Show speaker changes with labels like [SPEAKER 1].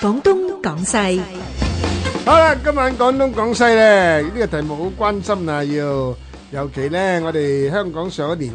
[SPEAKER 1] 廣東廣西
[SPEAKER 2] 好啦，今晚廣東廣西咧呢個題目好關心啊，要尤其咧我哋香港上一年